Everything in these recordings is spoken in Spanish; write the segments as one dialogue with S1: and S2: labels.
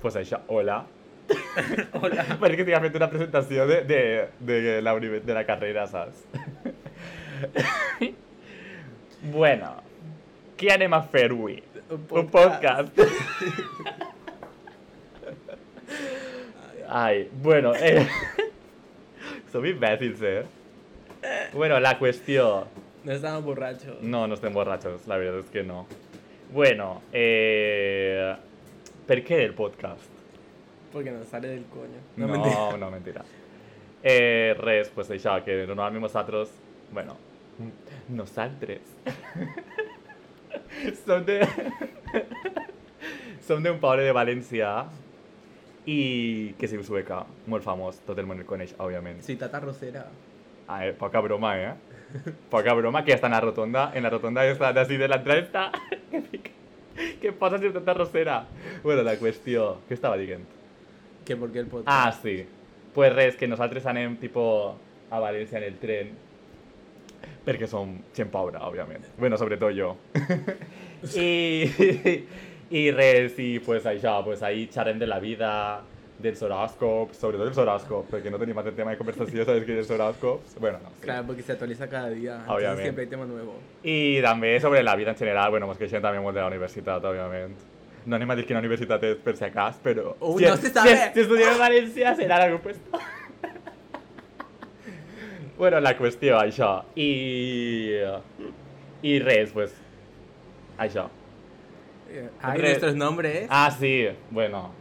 S1: cosa això, Pues hola.
S2: Hola.
S1: Perquè que t'hi ha fet una presentació de, de, de, la, uni- de la carrera, saps? bueno, què anem a fer avui? Un podcast. Ai, bueno, eh... Som imbècils, eh? Bueno, la qüestió...
S2: No estamos borrachos.
S1: No, no estem borratxos, la veritat és que no. Bueno, eh... per què el podcast?
S2: Porque nos sale del coño.
S1: No, no,
S2: mentira.
S1: mentira. no mentira. Eh, res, pues això, que normalment nosaltres, bueno, nosaltres, som de... som d'un poble de València i que es diu Sueca, molt famós, tot el món el coneix, òbviament.
S2: Sí, Tata Rosera.
S1: Ah, eh, poca broma, eh? Poca broma, que està en la rotonda, en la rotonda està d'ací de l'entrada està... que fica- que posa ciutat de Rosera. Bueno, la qüestió, què estava dient?
S2: Que porque el podcast.
S1: Ah, sí. Pues res, que nosaltres anem tipo a València en el tren perquè som gent pobra, òbviament. Bueno, sobretot jo. I, I res, i pues això, pues ahir xerrem de la vida, dels horòscops, sobretot els horòscops, perquè no tenim altre tema de conversació, sabes que els horòscops... Bueno, no, sí.
S2: Claro, porque se actualiza cada día. Entonces
S1: Obviamente.
S2: siempre hay tema nuevo.
S1: I també sobre la vida en general, bueno, mos queixem també molt de la universitat, òbviament. No anem a dir quina universitat és, per si acas, però...
S2: Uh,
S1: si,
S2: no se sabe.
S1: Si, si estudiem a València, serà en algun puesto. bueno, la qüestió, això. I... I res, pues... Això.
S2: Eh, Ay,
S1: Re-
S2: nuestros nombres.
S1: Ah, sí, bueno.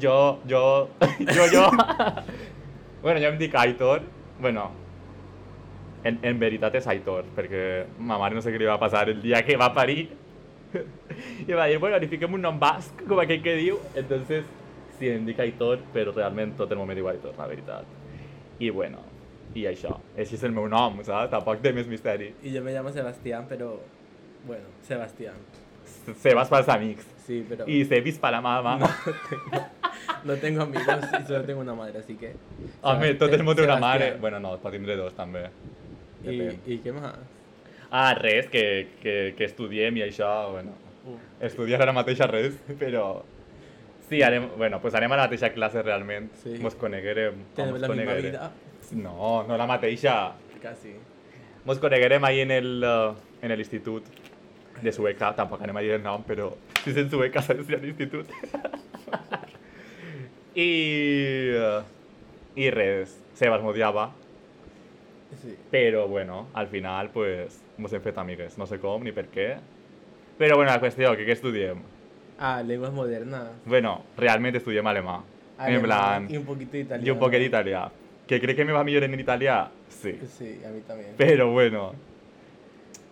S1: Jo, jo... jo, jo... bueno, jo em dic Aitor. Bueno, en, en veritat és Aitor, perquè ma mare no sé què li va passar el dia que va parir. I va dir, bueno, li fiquem un nom basc, com aquell que diu. Entonces, sí, em dic Aitor, però realment tot el moment diu Aitor, la veritat. I bueno, i això. Així és el meu nom, saps? Tampoc té més misteri.
S2: Y yo me llamo Sebastián, pero. Bueno, Sebastián.
S1: Se- Sebas pels amics.
S2: Sí, pero.
S1: I Sebis per la mama.
S2: No tengo, no tengo amigos y solo tengo una madre, así que.
S1: Home, tot el món té una mare.
S2: Sebastián.
S1: Bueno, no, pot tindre dos, també. Depèn.
S2: ¿Y, ¿Y qué más?
S1: Ah, res, que, que, que estudiem i això, bueno... Estudiar ara mateix a res, però... Sí, anem, bueno, pues anem a la mateixa classe realment.
S2: Sí.
S1: Mos coneguerem. o
S2: Tenemos
S1: mos
S2: la misma
S1: coneguerem.
S2: vida.
S1: No, no la mateixa.
S2: Casi.
S1: Mos coneguerem ahir en el, eh, en l'institut de Sueca. Tampoc anem a dir el nom, però si és en Sueca s'ha de ser a l'institut. I... eh, I res, Sebas m'odiava,
S2: Sí.
S1: Pero bueno, al final, pues, hemos fet amigues. No sé com ni per què. Però bueno, la qüestió, que què estudiem?
S2: Ah, lenguas modernas.
S1: Bueno, realment estudiem alemà. en
S2: Alemán
S1: plan,
S2: Y un poquito de italiano.
S1: i un poquet d'italià. Que crec que me va millor en italià? Sí.
S2: Sí, a mí también.
S1: Però bueno,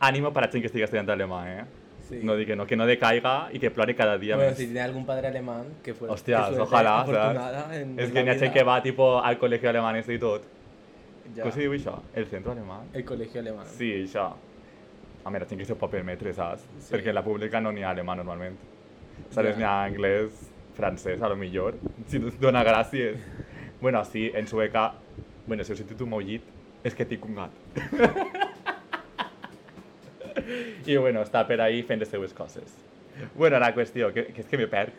S1: ànimo para gent que estigui estudiant alemà, eh?
S2: Sí.
S1: No dic que no, que no decaiga i que plore cada dia
S2: Bueno,
S1: més.
S2: si tiene algún padre alemán que fuera.
S1: Hostias,
S2: que suerte
S1: ojalá,
S2: afortunada en-
S1: És
S2: en
S1: que n'hi
S2: la
S1: ha gent
S2: vida.
S1: que va, tipo, al col·legi alemany i tot.
S2: Ya.
S1: Com se diu això? El centre alemany?
S2: El colegio alemán.
S1: Sí, això. A veure, tinc que ser pot permetre, saps?
S2: Sí.
S1: Sí. Perquè la pública no n'hi ha alemà normalment. Saps?
S2: Ja.
S1: N'hi ha anglès, francès, a lo millor. Si no et dona gràcies. bueno, sí, en sueca... Bueno, si us sentit un mollit, és que tinc un gat. I bueno, està per ahí fent les seues coses. Bueno, la qüestió, que, que és que me perc.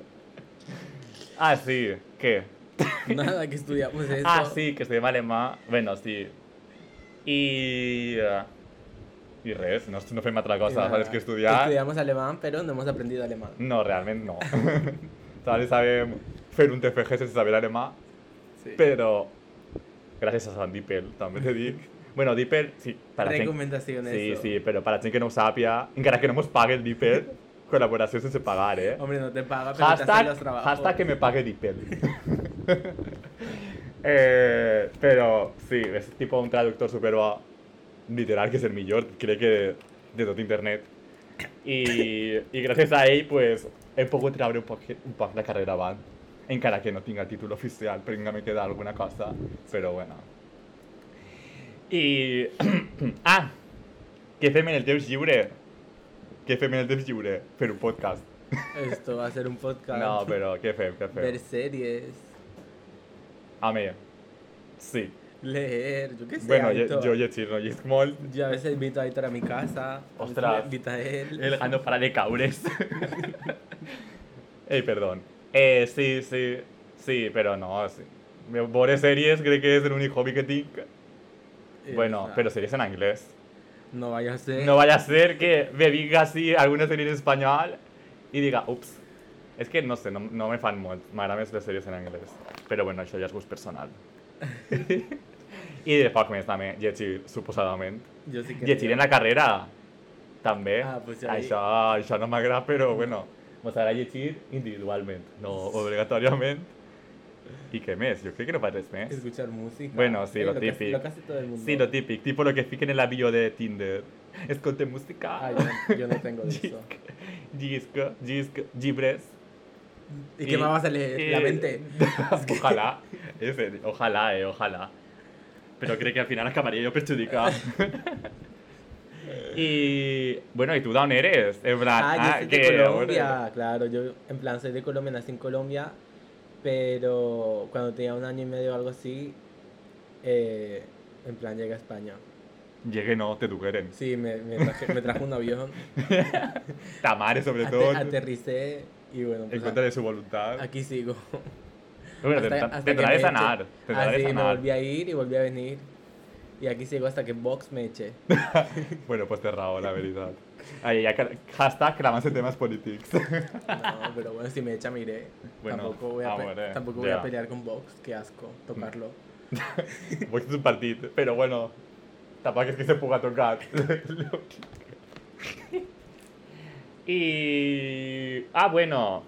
S1: ah, sí, què?
S2: Nada que estudiamos eso.
S1: Ah, sí, que estudiem alemà. Bueno, sí. I... eh, I res, no, no fem altra cosa,
S2: Nada.
S1: sabes que estudiar...
S2: Estudiamos alemán, pero no hemos aprendido alemán.
S1: No, realment no. Sabes, sabem fer un TFG sense saber alemà,
S2: Sí.
S1: però... Gràcies a Sant Dipel, també te dic. Bueno, Dipel, sí, per la gent...
S2: Recomendaciones.
S1: Sí, sí, però per la gent que no ho sàpia, encara que no mos pague el Dipel, col·laboració sense pagar, eh?
S2: Hombre, no te paga, pero te hacen
S1: Hashtag,
S2: los trabajos.
S1: hashtag que me pague Dipel. eh, però sí, és tipo un traductor super bo, literal, que és el millor, crec que de tot internet. I, i gràcies a ell, pues, he pogut treure un poc, un poc la carrera avant, encara que no tinga títol oficial, però encara me queda alguna cosa, però bueno. I... ah! Què fem en el temps lliure? Què fem en el temps lliure? Fer un podcast.
S2: Esto va a ser un podcast.
S1: No, pero qué feo, qué feo.
S2: Ver series,
S1: A mí, sí.
S2: leer, yo qué sé.
S1: Bueno,
S2: Aitor.
S1: yo, yo, yo chirno, y es molt...
S2: Yo a veces invito a Aitor a mi casa. a veces
S1: Ostras.
S2: le invito a él.
S1: El gano para de caures. Ey, perdón. Eh, sí, sí, sí, pero no. Sí. Me- Veure sèries crec que és l'únic hobby que tinc.
S2: Eh,
S1: bueno,
S2: no.
S1: però sèries en anglès.
S2: No vaya a ser.
S1: No vaya a ser que me diga así alguna serie en español y diga, ups. Es que no sé, no, no me fan molt. M'agrada més les sèries en anglès. Però bueno, això ja és gust personal. I de poc més també, llegir, suposadament.
S2: Yo sí que.
S1: Llegir en la carrera, també.
S2: Ah, pues ja
S1: això, això no m'agrada, però bueno, m'agrada llegir individualment, no obligatòriament. I què més? Jo crec que no faig res més.
S2: Escuchar música.
S1: Bueno, sí,
S2: Eh,
S1: lo
S2: casi-
S1: típico.
S2: Lo casi todo el mundo.
S1: Sí, lo típic, tipo lo que fiquen en la bio de Tinder. Escolte música.
S2: Ah, yo, yo no tengo de eso.
S1: Disc, disc, disc, gibres.
S2: ¿Y qué más vas a leer? La
S1: eh,
S2: mente.
S1: ojalá, en serio, ojalá, eh, ojalá. Però crec que al final acabaria jo perjudicat. I, bueno, i tu d'on eres? En plan,
S2: Ah, yo soy
S1: que-
S2: de Colombia. Claro, yo en plan soy de Colombia, nací en Colombia, pero cuando tenía un año y medio o algo así, eh, en plan llegué a España.
S1: Llegue no, te dugueren.
S2: Sí, me, me, traje- me trajo un avión,
S1: Tamare, sobre
S2: ate-
S1: todo.
S2: aterricé y bueno,
S1: En
S2: pues,
S1: contra de su voluntad.
S2: aquí sigo.
S1: Bueno,
S2: hasta-
S1: tenta-
S2: hasta que
S1: tentará
S2: me
S1: de sanar.
S2: eche. Ah,
S1: Tentará de
S2: Así me
S1: sanar.
S2: volví a ir y volví a venir. Y aquí sigo hasta que Vox me eche.
S1: Bueno, pues cerrado, la veritat. Ai, ja, que- hashtag clamarse temes polítics.
S2: No, pero bueno, si me echa, me iré.
S1: Bueno,
S2: tampoco voy, a, pe-
S1: ahora,
S2: tampoco voy a
S1: ya.
S2: pelear con Vox, qué asco, tocarlo.
S1: Vox és un partit, però bueno, tampoc és que se puga tocar. I... Ah, bueno.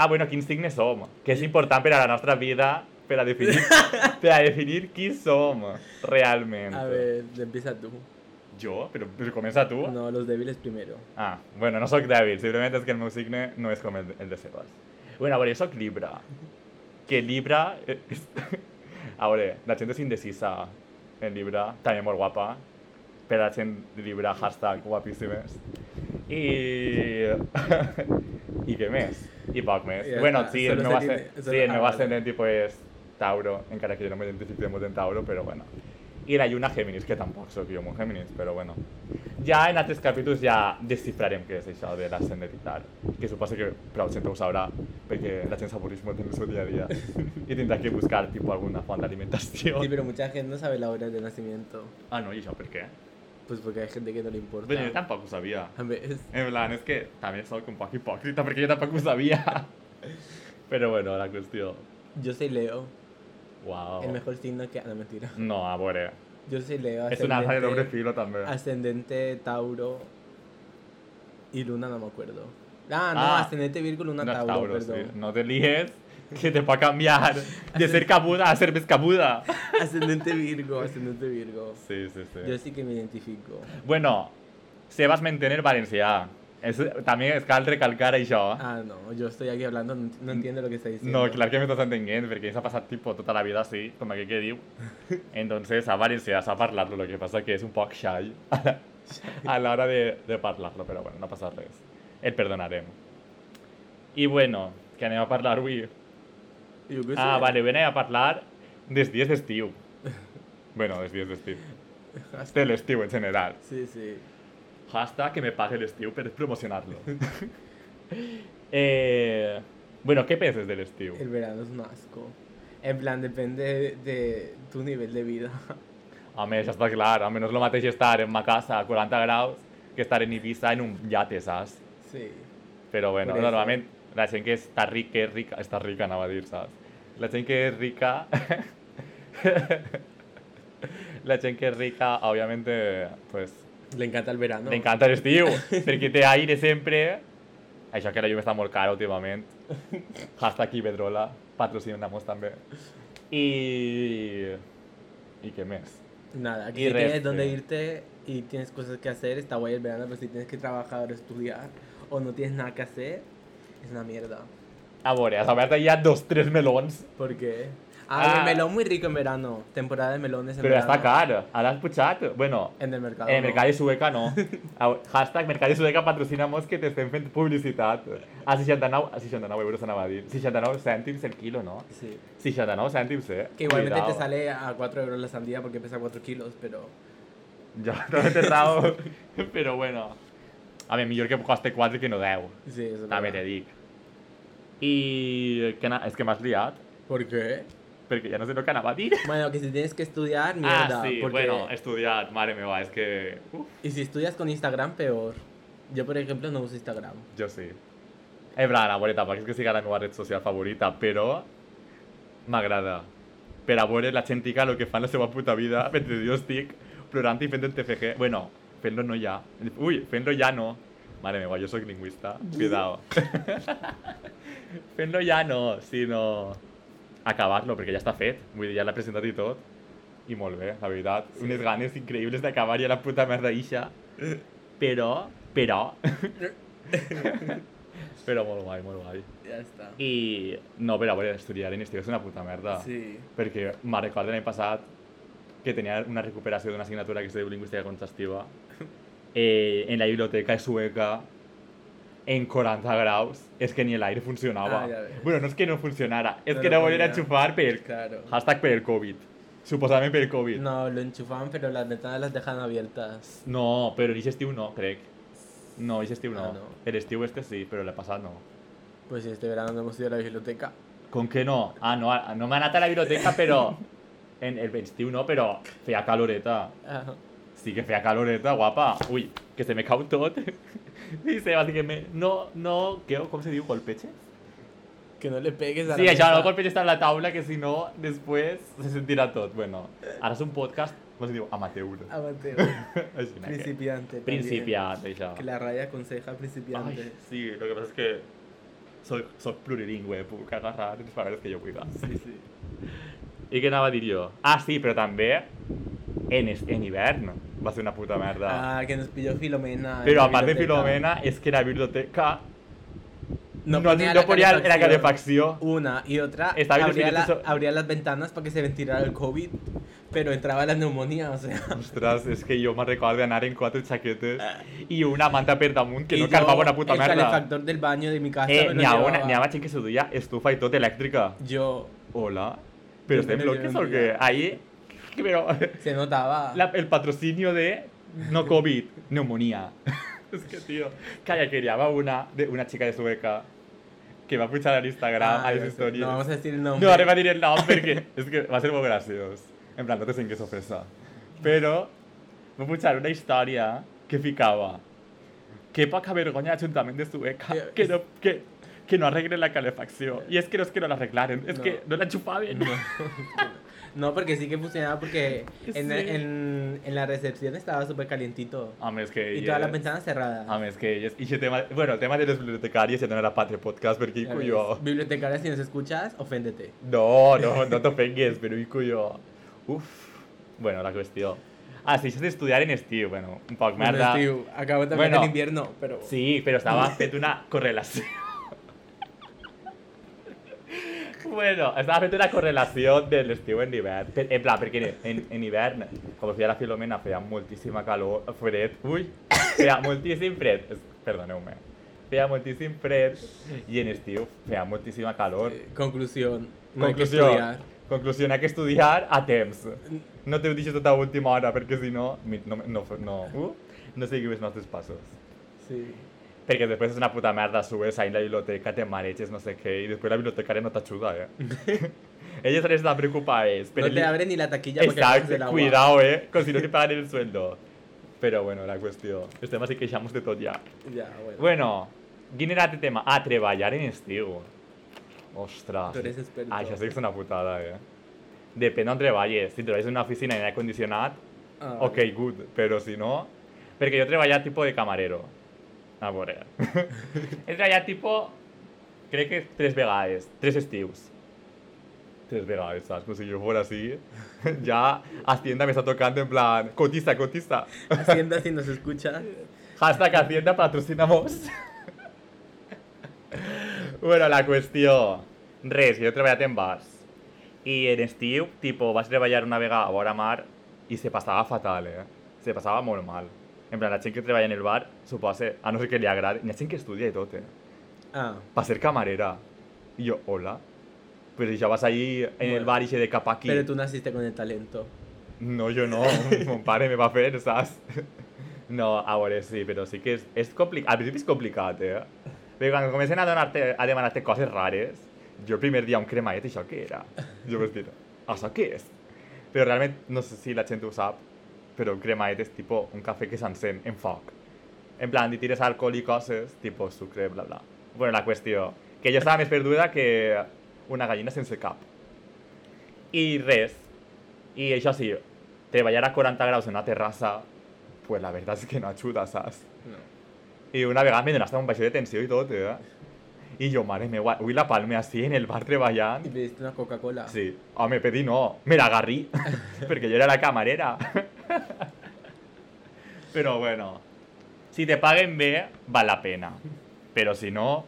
S1: Ah, bueno, quins signes som, que és important per a la nostra vida, per a definir, per a definir qui som, realment.
S2: A ver, empieza tú.
S1: Jo? Però, però comença tu?
S2: No, los débiles primero.
S1: Ah, bueno, no sóc dèbil, simplement és que el meu signe no és com el, el de Sebas. Bueno, a veure, jo sóc Libra. Que Libra... eh, És... A veure, la gent és indecisa en Libra, també molt guapa. Per a la gent de Libra, hashtag guapíssimes. I... I què més? I poc més.
S2: Ja
S1: bueno,
S2: està,
S1: sí,
S2: solo
S1: el meu
S2: se
S1: ascendent,
S2: tiene- solo-
S1: sí, el
S2: ah,
S1: meu
S2: vale.
S1: ascendent tipus és Tauro, encara que jo no m'identifico molt en Tauro, però bueno. I la lluna Géminis, que tampoc sóc jo molt Géminis, però bueno. Ja en altres capítols ja desxifrarem què és això de l'ascendent i tal, que suposo que prou gent ho sabrà, perquè la gent s'avorreix molt en el seu dia a dia i tindrà que buscar tipus, alguna font d'alimentació.
S2: Sí, pero mucha gente no sabe la hora de nacimiento.
S1: Ah, no, i això per què?
S2: Pues porque hay gente que no le importa.
S1: Bueno, jo tampoc ho sabia.
S2: A veces.
S1: En plan, és que també sóc un poc hipòcrita perquè jo tampoc ho sabia. Però bueno, la qüestió...
S2: Yo soy Leo,
S1: Uau.
S2: el mejor signo que. ah, No, mentira.
S1: No, a veure.
S2: Yo soy Leo.
S1: És una arma de doble filo també.
S2: Ascendente Tauro y Luna, no me acuerdo. Ah, no,
S1: Ah.
S2: ascendente Virgo, Luna
S1: No és
S2: Tauro,
S1: Tauro, sí.
S2: perdón.
S1: No te lies que te va canviar de ser cabuda a ser més cabuda.
S2: Ascendente Virgo, ascendente Virgo.
S1: Sí, sí, sí.
S2: Yo sí que me identifico.
S1: Bueno, Sebas m'entén el valencià. És, també es cal recalcar això.
S2: Ah, no, yo estoy aquí hablando, no ent- no entiendo lo que está diciendo.
S1: No, clar que m'estàs entenent, perquè s'ha passat tipo tota la vida així, com aquell que diu. Entonces, a valencià s'ha parlat-lo, el que passa que és un poc xai a la- a l'hora de, de parlar-lo, però bueno, no passa res. El perdonarem. I bueno, que anem a parlar avui?
S2: Yo qué
S1: Ah,
S2: sé.
S1: vale, anem a parlar dels dies d'estiu. Bueno, dels dies d'estiu. De l'estiu en general.
S2: Sí, sí.
S1: Hashtag que me pague el estiu per promocionarlo. eh, bueno, ¿qué piensas del estiu?
S2: El verano es un asco. En plan, depende de, de tu nivel de vida.
S1: A més, ja està clar, a menos lo mateix estar en ma casa a 40 graus que estar en Ibiza en un yate, saps?
S2: Sí.
S1: Però bueno,
S2: Por eso.
S1: normalment la gent que està rica, que és rica, està rica anava a dir, saps? La gent que és rica... la gent que és rica, òbviament, pues,
S2: Le encanta el verano.
S1: Li encanta l'estiu, perquè té aire sempre. Això que la llum està molt cara últimament. Hashtag Iberdrola, patrocinamos també. I... I què més?
S2: Nada,
S1: Y eh.
S2: que si tienes
S1: resto.
S2: dónde irte y tienes cosas que hacer, está guay el verano, pero si tienes que trabajar o estudiar o no tienes nada que hacer, es una mierda.
S1: A veure, has obert ja dos, tres melons,
S2: ¿Por qué? Ah,
S1: Ah.
S2: el melón muy rico en verano. Temporada de melones en
S1: però ja
S2: verano.
S1: està car. Ara has pujat. Bueno,
S2: En el mercado.
S1: en el
S2: no.
S1: Mercadi Sueca no. A veure, Hashtag Mercadi Sueca patrocinamos que t'estem fent publicitat. A 69, a 69 euros anava a dir. 69 cèntims el quilo, no?
S2: Sí.
S1: 69 cèntims, eh?
S2: Que igualmente
S1: Cuidao.
S2: te sale a 4 euros la sandía porque pesa 4 kilos, pero...
S1: Ya, no he cerrado. pero bueno. A ver, mejor que coste 4 que no 10.
S2: Sí, eso es
S1: También
S2: verdad.
S1: te digo. I que na... és que m'has liat,
S2: ¿Por qué?
S1: perquè ja no sé el que anava a dir.
S2: Bueno, que si tienes que estudiar,
S1: Ah,
S2: mierda.
S1: sí,
S2: porque...
S1: bueno, he estudiat, mare meva, és que... Uf,
S2: Y si estudias con Instagram, peor. Yo, por ejemplo, no uso Instagram.
S1: jo sí. En plan, a veure, tampoc és que siga la meva red social favorita, però m'agrada. Per a veure la gent tica el que fan la seva puta vida mentre jo estic plorant i fent el TFG. Bueno, fent-lo no ja. Ui, fent-lo ja no. Mare meva, jo sóc lingüista. Cuidao. fent-lo ja no, sinó acabar-lo, perquè ja està fet. Vull dir, ja l'ha presentat i tot. I molt bé, la veritat. Sí. Unes ganes increïbles d'acabar ja la puta merda ixa. Però, però... però molt guai, molt guai.
S2: Ya está.
S1: I no, però a veure, estudiar en estiu és una puta merda.
S2: Sí.
S1: Perquè me'n recordo l'any passat que tenia una recuperació d'una assignatura que es diu Lingüística Contrastiva eh, en la biblioteca sueca en 40 graus, és que ni l'aire funcionava.
S2: Ah, ja ves.
S1: bueno, no és que no funcionara, és
S2: No
S1: que
S2: lo
S1: no volia
S2: podia.
S1: enxufar per...
S2: Claro.
S1: Hashtag per el Covid. Suposadament per el Covid. No,
S2: No, lo enchufan, pero las ventanas las dejan abiertas.
S1: no però aquest estiu no, crec. No, aquest estiu no.
S2: Ah,
S1: no.
S2: no.
S1: L'estiu este sí, però l'any passat no.
S2: Pues sí, este verano no hemos ido a la biblioteca.
S1: Com que no? Ah, no, ah, no m'ha anat a la biblioteca, però... En el estiu no, però feia caloreta.
S2: Ah,
S1: Sí que feia caloreta, guapa. Ui, que se me cau tot. I se va dir que me... No, no... Què, com se diu? Golpetxes?
S2: que no le pegues a
S1: Sí,
S2: la
S1: això, no
S2: mesa.
S1: golpetxes a la taula, que si no, després se sentirà tot. Bueno, ara és un podcast, com se diu? Amateur.
S2: Amateur.
S1: Així, na que-
S2: Principiante. también.
S1: Principiat, això.
S2: eh, Que la raya aconseja principiante.
S1: Ai, sí, lo que passa és que soc, soc plurilingüe, puc agarrar les paraules que jo vulgui.
S2: Sí, sí.
S1: I què anava a dir jo? Ah, sí, però també en, es- en hivern va ser una puta merda.
S2: Ah, que nos pilló Filomena. en
S1: Però a
S2: la
S1: part de
S2: biblioteca.
S1: Filomena, és que la biblioteca no, no,
S2: ponía la
S1: no ponia la calefacció.
S2: Una y otra.
S1: Está bien,
S2: abría,
S1: los
S2: la-
S1: minutos son-
S2: abría las ventanas para que se ventilara el COVID, pero entraba la neumonía, o sea.
S1: Ostres, és que jo me'n recordo d'anar en quatre xaquetes i una manta per damunt que
S2: y
S1: no
S2: yo,
S1: calmava una puta
S2: Ah. el
S1: merda.
S2: calefactor del baño de mi casa.
S1: Eh,
S2: me lo
S1: n'hi ha,
S2: llevaba.
S1: una, n'hi ha gent que se duia estufa i tot elèctrica.
S2: Yo,
S1: Hola. Pero
S2: Yo
S1: estem
S2: también
S1: bloques
S2: llevo
S1: o
S2: un
S1: qué?
S2: día.
S1: Ahí. Pero.
S2: se notaba.
S1: la- el patrocinio de. No COVID, neumonía. es que, tío. Calla, quería va una, de, una chica de Sueca que va a puchar al Instagram
S2: Ah,
S1: a
S2: no
S1: esa
S2: sé,
S1: historia.
S2: No vamos a decir el nombre.
S1: No, ahora va a decir el nombre porque es que va a ser muy gracioso. En plan, no te sé en qué sorpresa. Pero va a puchar una historia que ficaba. Qué poca vergüenza el ayuntamiento de Sueca
S2: Eh,
S1: que
S2: es-
S1: no, que, que no arreglen la calefacción. Y es que no es que no la arreglaron, es
S2: No.
S1: que no la enchufaban.
S2: No, porque sí que funcionaba porque
S1: Sí.
S2: en, en- en la recepción estaba súper calientito.
S1: Home, és que...
S2: Y
S1: ell
S2: todas
S1: és-
S2: las ventanas cerradas.
S1: Home, és que ell és... I aquest tema... Bueno, el tema de les bibliotecàries ja no era patre podcast, perquè hi
S2: Ya ves,
S1: cuyo...
S2: Bibliotecaria, si nos escuchas, oféndete.
S1: No, no, no t'ofengues, però hi cuyo... Uf. Bueno, la qüestió... Ah, sí, això d'estudiar en estiu, bueno, un poc merda.
S2: Bueno, Steve, acabo también
S1: Bueno.
S2: el invierno, pero...
S1: Sí, però estava fent una correlació. bueno, estava fent una correlació de l'estiu en hivern. Per- En plan, perquè en, en hivern, com feia la Filomena, feia moltíssima calor, fred, ui, feia moltíssim fred, Es- perdoneu-me, feia moltíssim fred i en estiu feia moltíssima calor.
S2: Eh, conclusión. no hay que
S1: Conclusió,
S2: estudiar.
S1: conclusió, n'hi ha que estudiar a temps. No te ho deixes tot a última hora, perquè si no, mi- no, no, no, uh, no seguiu els nostres passos.
S2: Sí.
S1: Perquè després és una puta merda, subes ahí en la biblioteca, te mareches, no sé què, i després la bibliotecaria no t'ajuda, eh? Elles han estat preocupades.
S2: No te abre ni la taquilla porque bajas
S1: Exacto,
S2: del agua.
S1: cuidado, eh? Com si no te paguen el sueldo. Però bueno, la este qüestió. Estem así queixamos de tot ja.
S2: Ya, bueno.
S1: Bueno, quin era el teu tema? Ah, treballar en estiu. Ostres.
S2: Tu eres experto.
S1: Ah, això sí que és una putada, eh? Depèn on treballes. Si treballes en una oficina en aire condicionat,
S2: Ah,
S1: Ok, good, pero si no... Porque yo trabajaba tipo de camarero. Ah, A veure. he treballat tipo... Crec que tres vegades, tres estius. Tres vegades, saps? Com si jo fos així. ja Hacienda me està tocant en plan... Cotista, cotista.
S2: Hacienda, si nos escuchas.
S1: Hashtag Hacienda patrocinamos. bueno, la qüestió... Res, jo he treballat en bars. I en estiu, tipo, vaig treballar una vegada a vora mar i se passava fatal, eh? Se passava molt mal. En plan, la gent que treballa en el bar, suposa, a no ser que li agradi, n'hi ha gent que estudia i tot, eh?
S2: Ah,
S1: Per ser camarera. I jo, hola? Però això vas allí en el
S2: Bueno.
S1: bar i se de cap aquí.
S2: pero tú naciste con el talento.
S1: No, jo no. Mon pare me va fer, saps? No, a veure, sí, però sí que és, és complicat. Al principi és complicat, eh? Perquè quan comencen a donar-te, a demanar-te coses rares, jo el primer dia un cremallet, això què era? Jo vaig dir, això què és? Però realment, no sé si la gent ho sap, però un cremallet és tipo un cafè que s'encén en foc. En plan, hi tires alcohol i coses, tipo sucre, bla, bla. Bueno, la qüestió, que jo estava més perduda que una gallina sense cap. I res. I això sí, treballar a 40 graus en una terrassa, pues la veritat és que no ajuda, saps?
S2: No.
S1: I una vegada me donaste un baixó de tensió i tot, eh? I jo, mare meva, ui, la palme així en el bar treballant.
S2: ¿Y pediste una Coca-Cola?
S1: Sí. Home, pedí no, me l'agarrí, perquè jo era la camarera. Però bueno, si te paguen bé, val la pena. Però si no,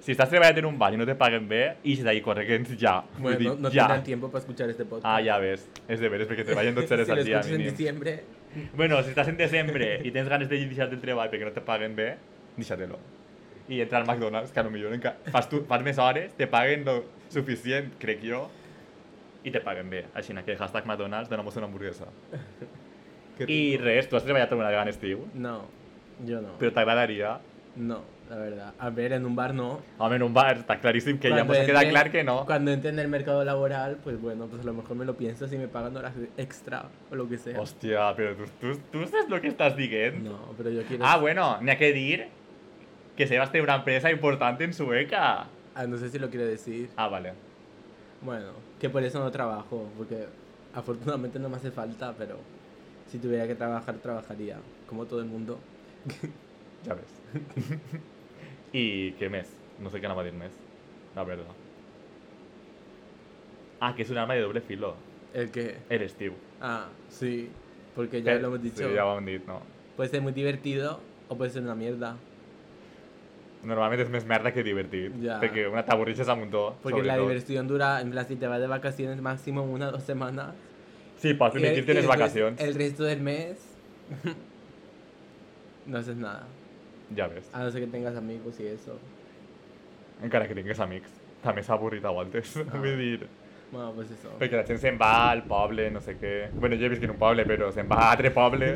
S1: si estàs treballant en un ball i no te paguen bé, ix d'ahí corregents ja. Vull
S2: Bueno,
S1: dir,
S2: no, no
S1: ja.
S2: tendrán tiempo para escuchar este podcast.
S1: Ah, ja ves, és de veres perquè treballen 12 hores
S2: si lo
S1: al dia
S2: escuchas en
S1: mínim.
S2: diciembre,
S1: Bueno, si estàs en desembre i tens ganes de deixar el treball perquè no te paguen bé, deixa-te-lo. I entra al McDonald's, que a lo millor encara fas, tu, fas més hores, te paguen lo suficient, crec jo, i te paguen bé. Així que hashtag McDonald's, dona'm una hamburguesa.
S2: qué
S1: I
S2: rico.
S1: res, tu has treballat alguna vegada en estiu,
S2: No, yo no.
S1: però t'agradaria...
S2: No, la verdad. A ver, en un bar no.
S1: Home, en un bar està claríssim que ja
S2: Cuando
S1: mos queda
S2: entre-
S1: clar que no.
S2: Cuando entre en el mercado laboral, pues bueno, pues a lo mejor me lo pienso si me pagan horas extra o lo que sea.
S1: Hòstia, però tu, tu, tu saps el que estàs dient?
S2: No, pero yo quiero.
S1: Ah, bueno, n'hi ha que dir que Sebas té una empresa important en Sueca.
S2: Ah, no sé si lo quiero decir.
S1: Ah, vale.
S2: Bueno, que por eso no trabajo, porque afortunadamente no me hace falta, pero si tuviera que trabajar, trabajaría, como todo el mundo.
S1: Ja ves. I què més? No sé què anava a dir més. La verdad. Ah, que és un arma de doble filo.
S2: El que.
S1: El estiu.
S2: Ah, sí, porque ya
S1: Eh,
S2: lo hemos dicho.
S1: Sí, ja ho hem dit, no.
S2: Puede ser muy divertido o puede ser una mierda.
S1: Normalment és més merda que divertit.
S2: Ja.
S1: Perquè una t'avorreixes a muntó,
S2: Porque la
S1: sobretot.
S2: diversión dura, en plan, si te vas de vacaciones máximo una o dos semanas.
S1: Sí, pots
S2: y el-
S1: permitir-te
S2: y
S1: les
S2: el res-
S1: vacacions.
S2: El resto del mes. no haces nada.
S1: Ja ves.
S2: A no ser que tengas amigos y eso.
S1: Encara que tingues amics. També s'ha avorrit a voltes.
S2: Ah.
S1: Vull dir...
S2: Bueno, pues eso.
S1: Perquè la gent se'n va al poble, no sé què... Bueno, jo he viscut en un poble, però se'n va a altre poble.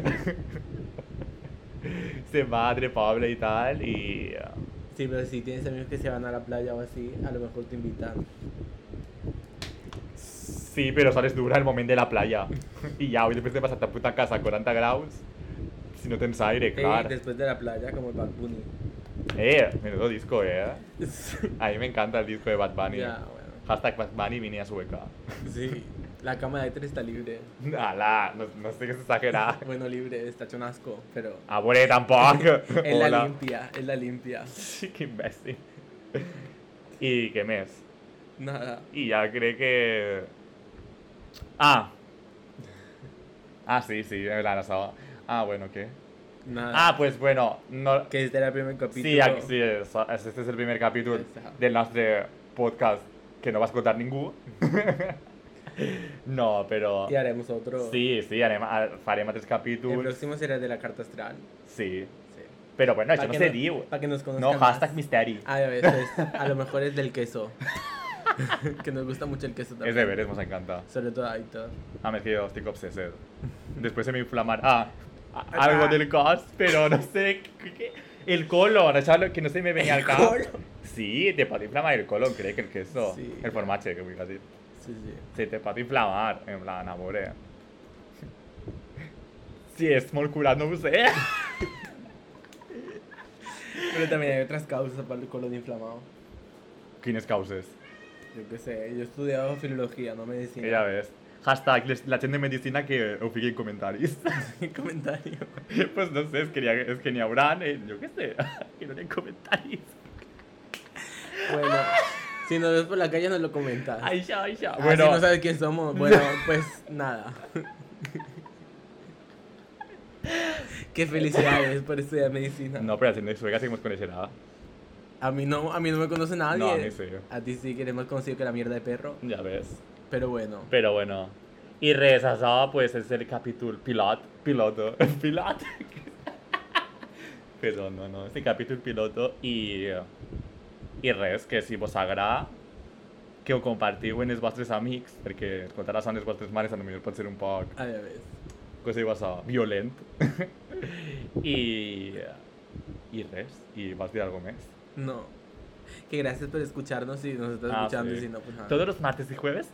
S1: se'n va a altre poble i tal, i... eh,
S2: Sí, pero si tienes amigos que se van a la playa o así, a lo mejor te invitan.
S1: Sí, però sols dura el moment de la playa. I ja, i després de passar ta puta casa a 40 graus, si no tens aire,
S2: Ey,
S1: clar.
S2: Eh, después de la playa, como el Bad Bunny.
S1: Eh, menudo disco, eh? A mi m'encanta el disco de Bad Bunny.
S2: ya, bueno.
S1: Hashtag Bad Bunny vine a Sueca.
S2: Sí, la cama de tres está libre.
S1: Ala, no, no sé què s'exagerar.
S2: Bueno, libre, está hecho un asco, pero.
S1: A veure, tampoc.
S2: Es la
S1: Hola.
S2: limpia, es la limpia.
S1: Sí, que imbècil. I què més?
S2: Nada.
S1: I ja crec que... Ah! Ah, sí, sí, en plan, això. Ah, bueno, què?
S2: Nada.
S1: Ah, pues bueno, no...
S2: que este era el primer capítulo.
S1: Sí, aquí, sí, això- este és el primer capítol
S2: Exacte.
S1: del nostre podcast que no va escoltar ningú. no, però...
S2: Y haremos otro.
S1: Sí, sí, anem a, farem altres
S2: El
S1: capítols.
S2: próximo será el de la carta astral.
S1: Sí.
S2: Sí.
S1: Però bueno, això Ah,
S2: Pa'
S1: no
S2: que
S1: se diu.
S2: Em, Para que nos conozcan.
S1: No, hashtag
S2: más.
S1: misteri.
S2: Ah, ya ves, es- a lo mejor es del queso. que nos gusta mucho el queso
S1: És
S2: también.
S1: de veres, mos encanta. Ah,
S2: Sobre todo a Aitor.
S1: A més que jo estic obsessed. Després se m'inflamar... Ah, a- algo
S2: ah.
S1: del cos, però no sé... què- què- El colon, això lo- que no se me venia al cap.
S2: colon.
S1: Sí, te pot inflamar el colon, crec, el queso.
S2: Sí.
S1: El formatge, que vull dir.
S2: Sí, sí.
S1: Sí, te pot inflamar, en plan, eh. a veure. Si és molt curat, no ho sé.
S2: Pero también hay otras causas para el colon inflamado.
S1: Quines causes?
S2: Yo qué sé, yo he estudiado filología, no medicina.
S1: Que ja ves. Hashtag, les- la gent de medicina que ho fiqui en comentaris.
S2: comentario.
S1: pues no sé, és que n'hi ha- és que n'hi haurà, eh, jo què sé, que no n'hi ha comentaris.
S2: Bueno, si nos ves por la calle, nos lo comentas.
S1: Ai, això, això.
S2: Ah, si no sabes quién somos, bueno, pues nada. Qué felicidades por estudiar medicina.
S1: No, pero haciendo Sueca sí que nos conocerá.
S2: A mí no, a mí no me conoce nadie.
S1: No, a mí sí.
S2: A ti sí que eres más conocido que la mierda de perro.
S1: Ya ves.
S2: Pero bueno,
S1: Pero bueno. Y res, això, pues es el capítulo pilot. Piloto. Pilot. Perdón, no, no. Es el capítulo piloto y... I res, que si vos agrada que ho compartiu en els vostres amics, perquè escoltar això en les vostres mares potser pot ser un poc
S2: a ver.
S1: cosa igual violent. I, i res, i vas dir alguna més.
S2: No. Que gracias por escucharnos si nos estás
S1: Ah,
S2: escuchando y
S1: sí.
S2: si no, pues nada.
S1: Todos los martes y jueves.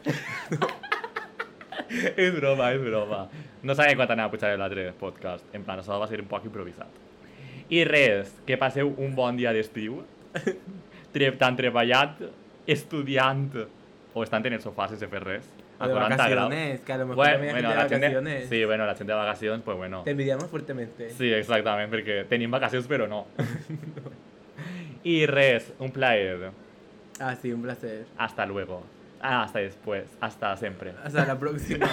S1: és broma, és broma. No sabia quan anava a pujar l'altre podcast. En plan, això va ser un poc improvisat. I res, que passeu un bon dia d'estiu. Tre tan treballat, estudiant, o estan en el sofà sense fer res. A
S2: de
S1: 40 graus.
S2: vacaciones, que a lo mejor
S1: Bueno,
S2: también hay
S1: bueno, la
S2: gente de vacaciones.
S1: gent de, sí, bueno, la gent de vacacions, pues bueno.
S2: Te envidiamos fuertemente.
S1: Sí, exactament, perquè tenim vacacions però no. I res, un plaer.
S2: Ah, sí, un placer.
S1: Hasta luego. Ah, hasta después. Hasta siempre.
S2: Hasta la próxima.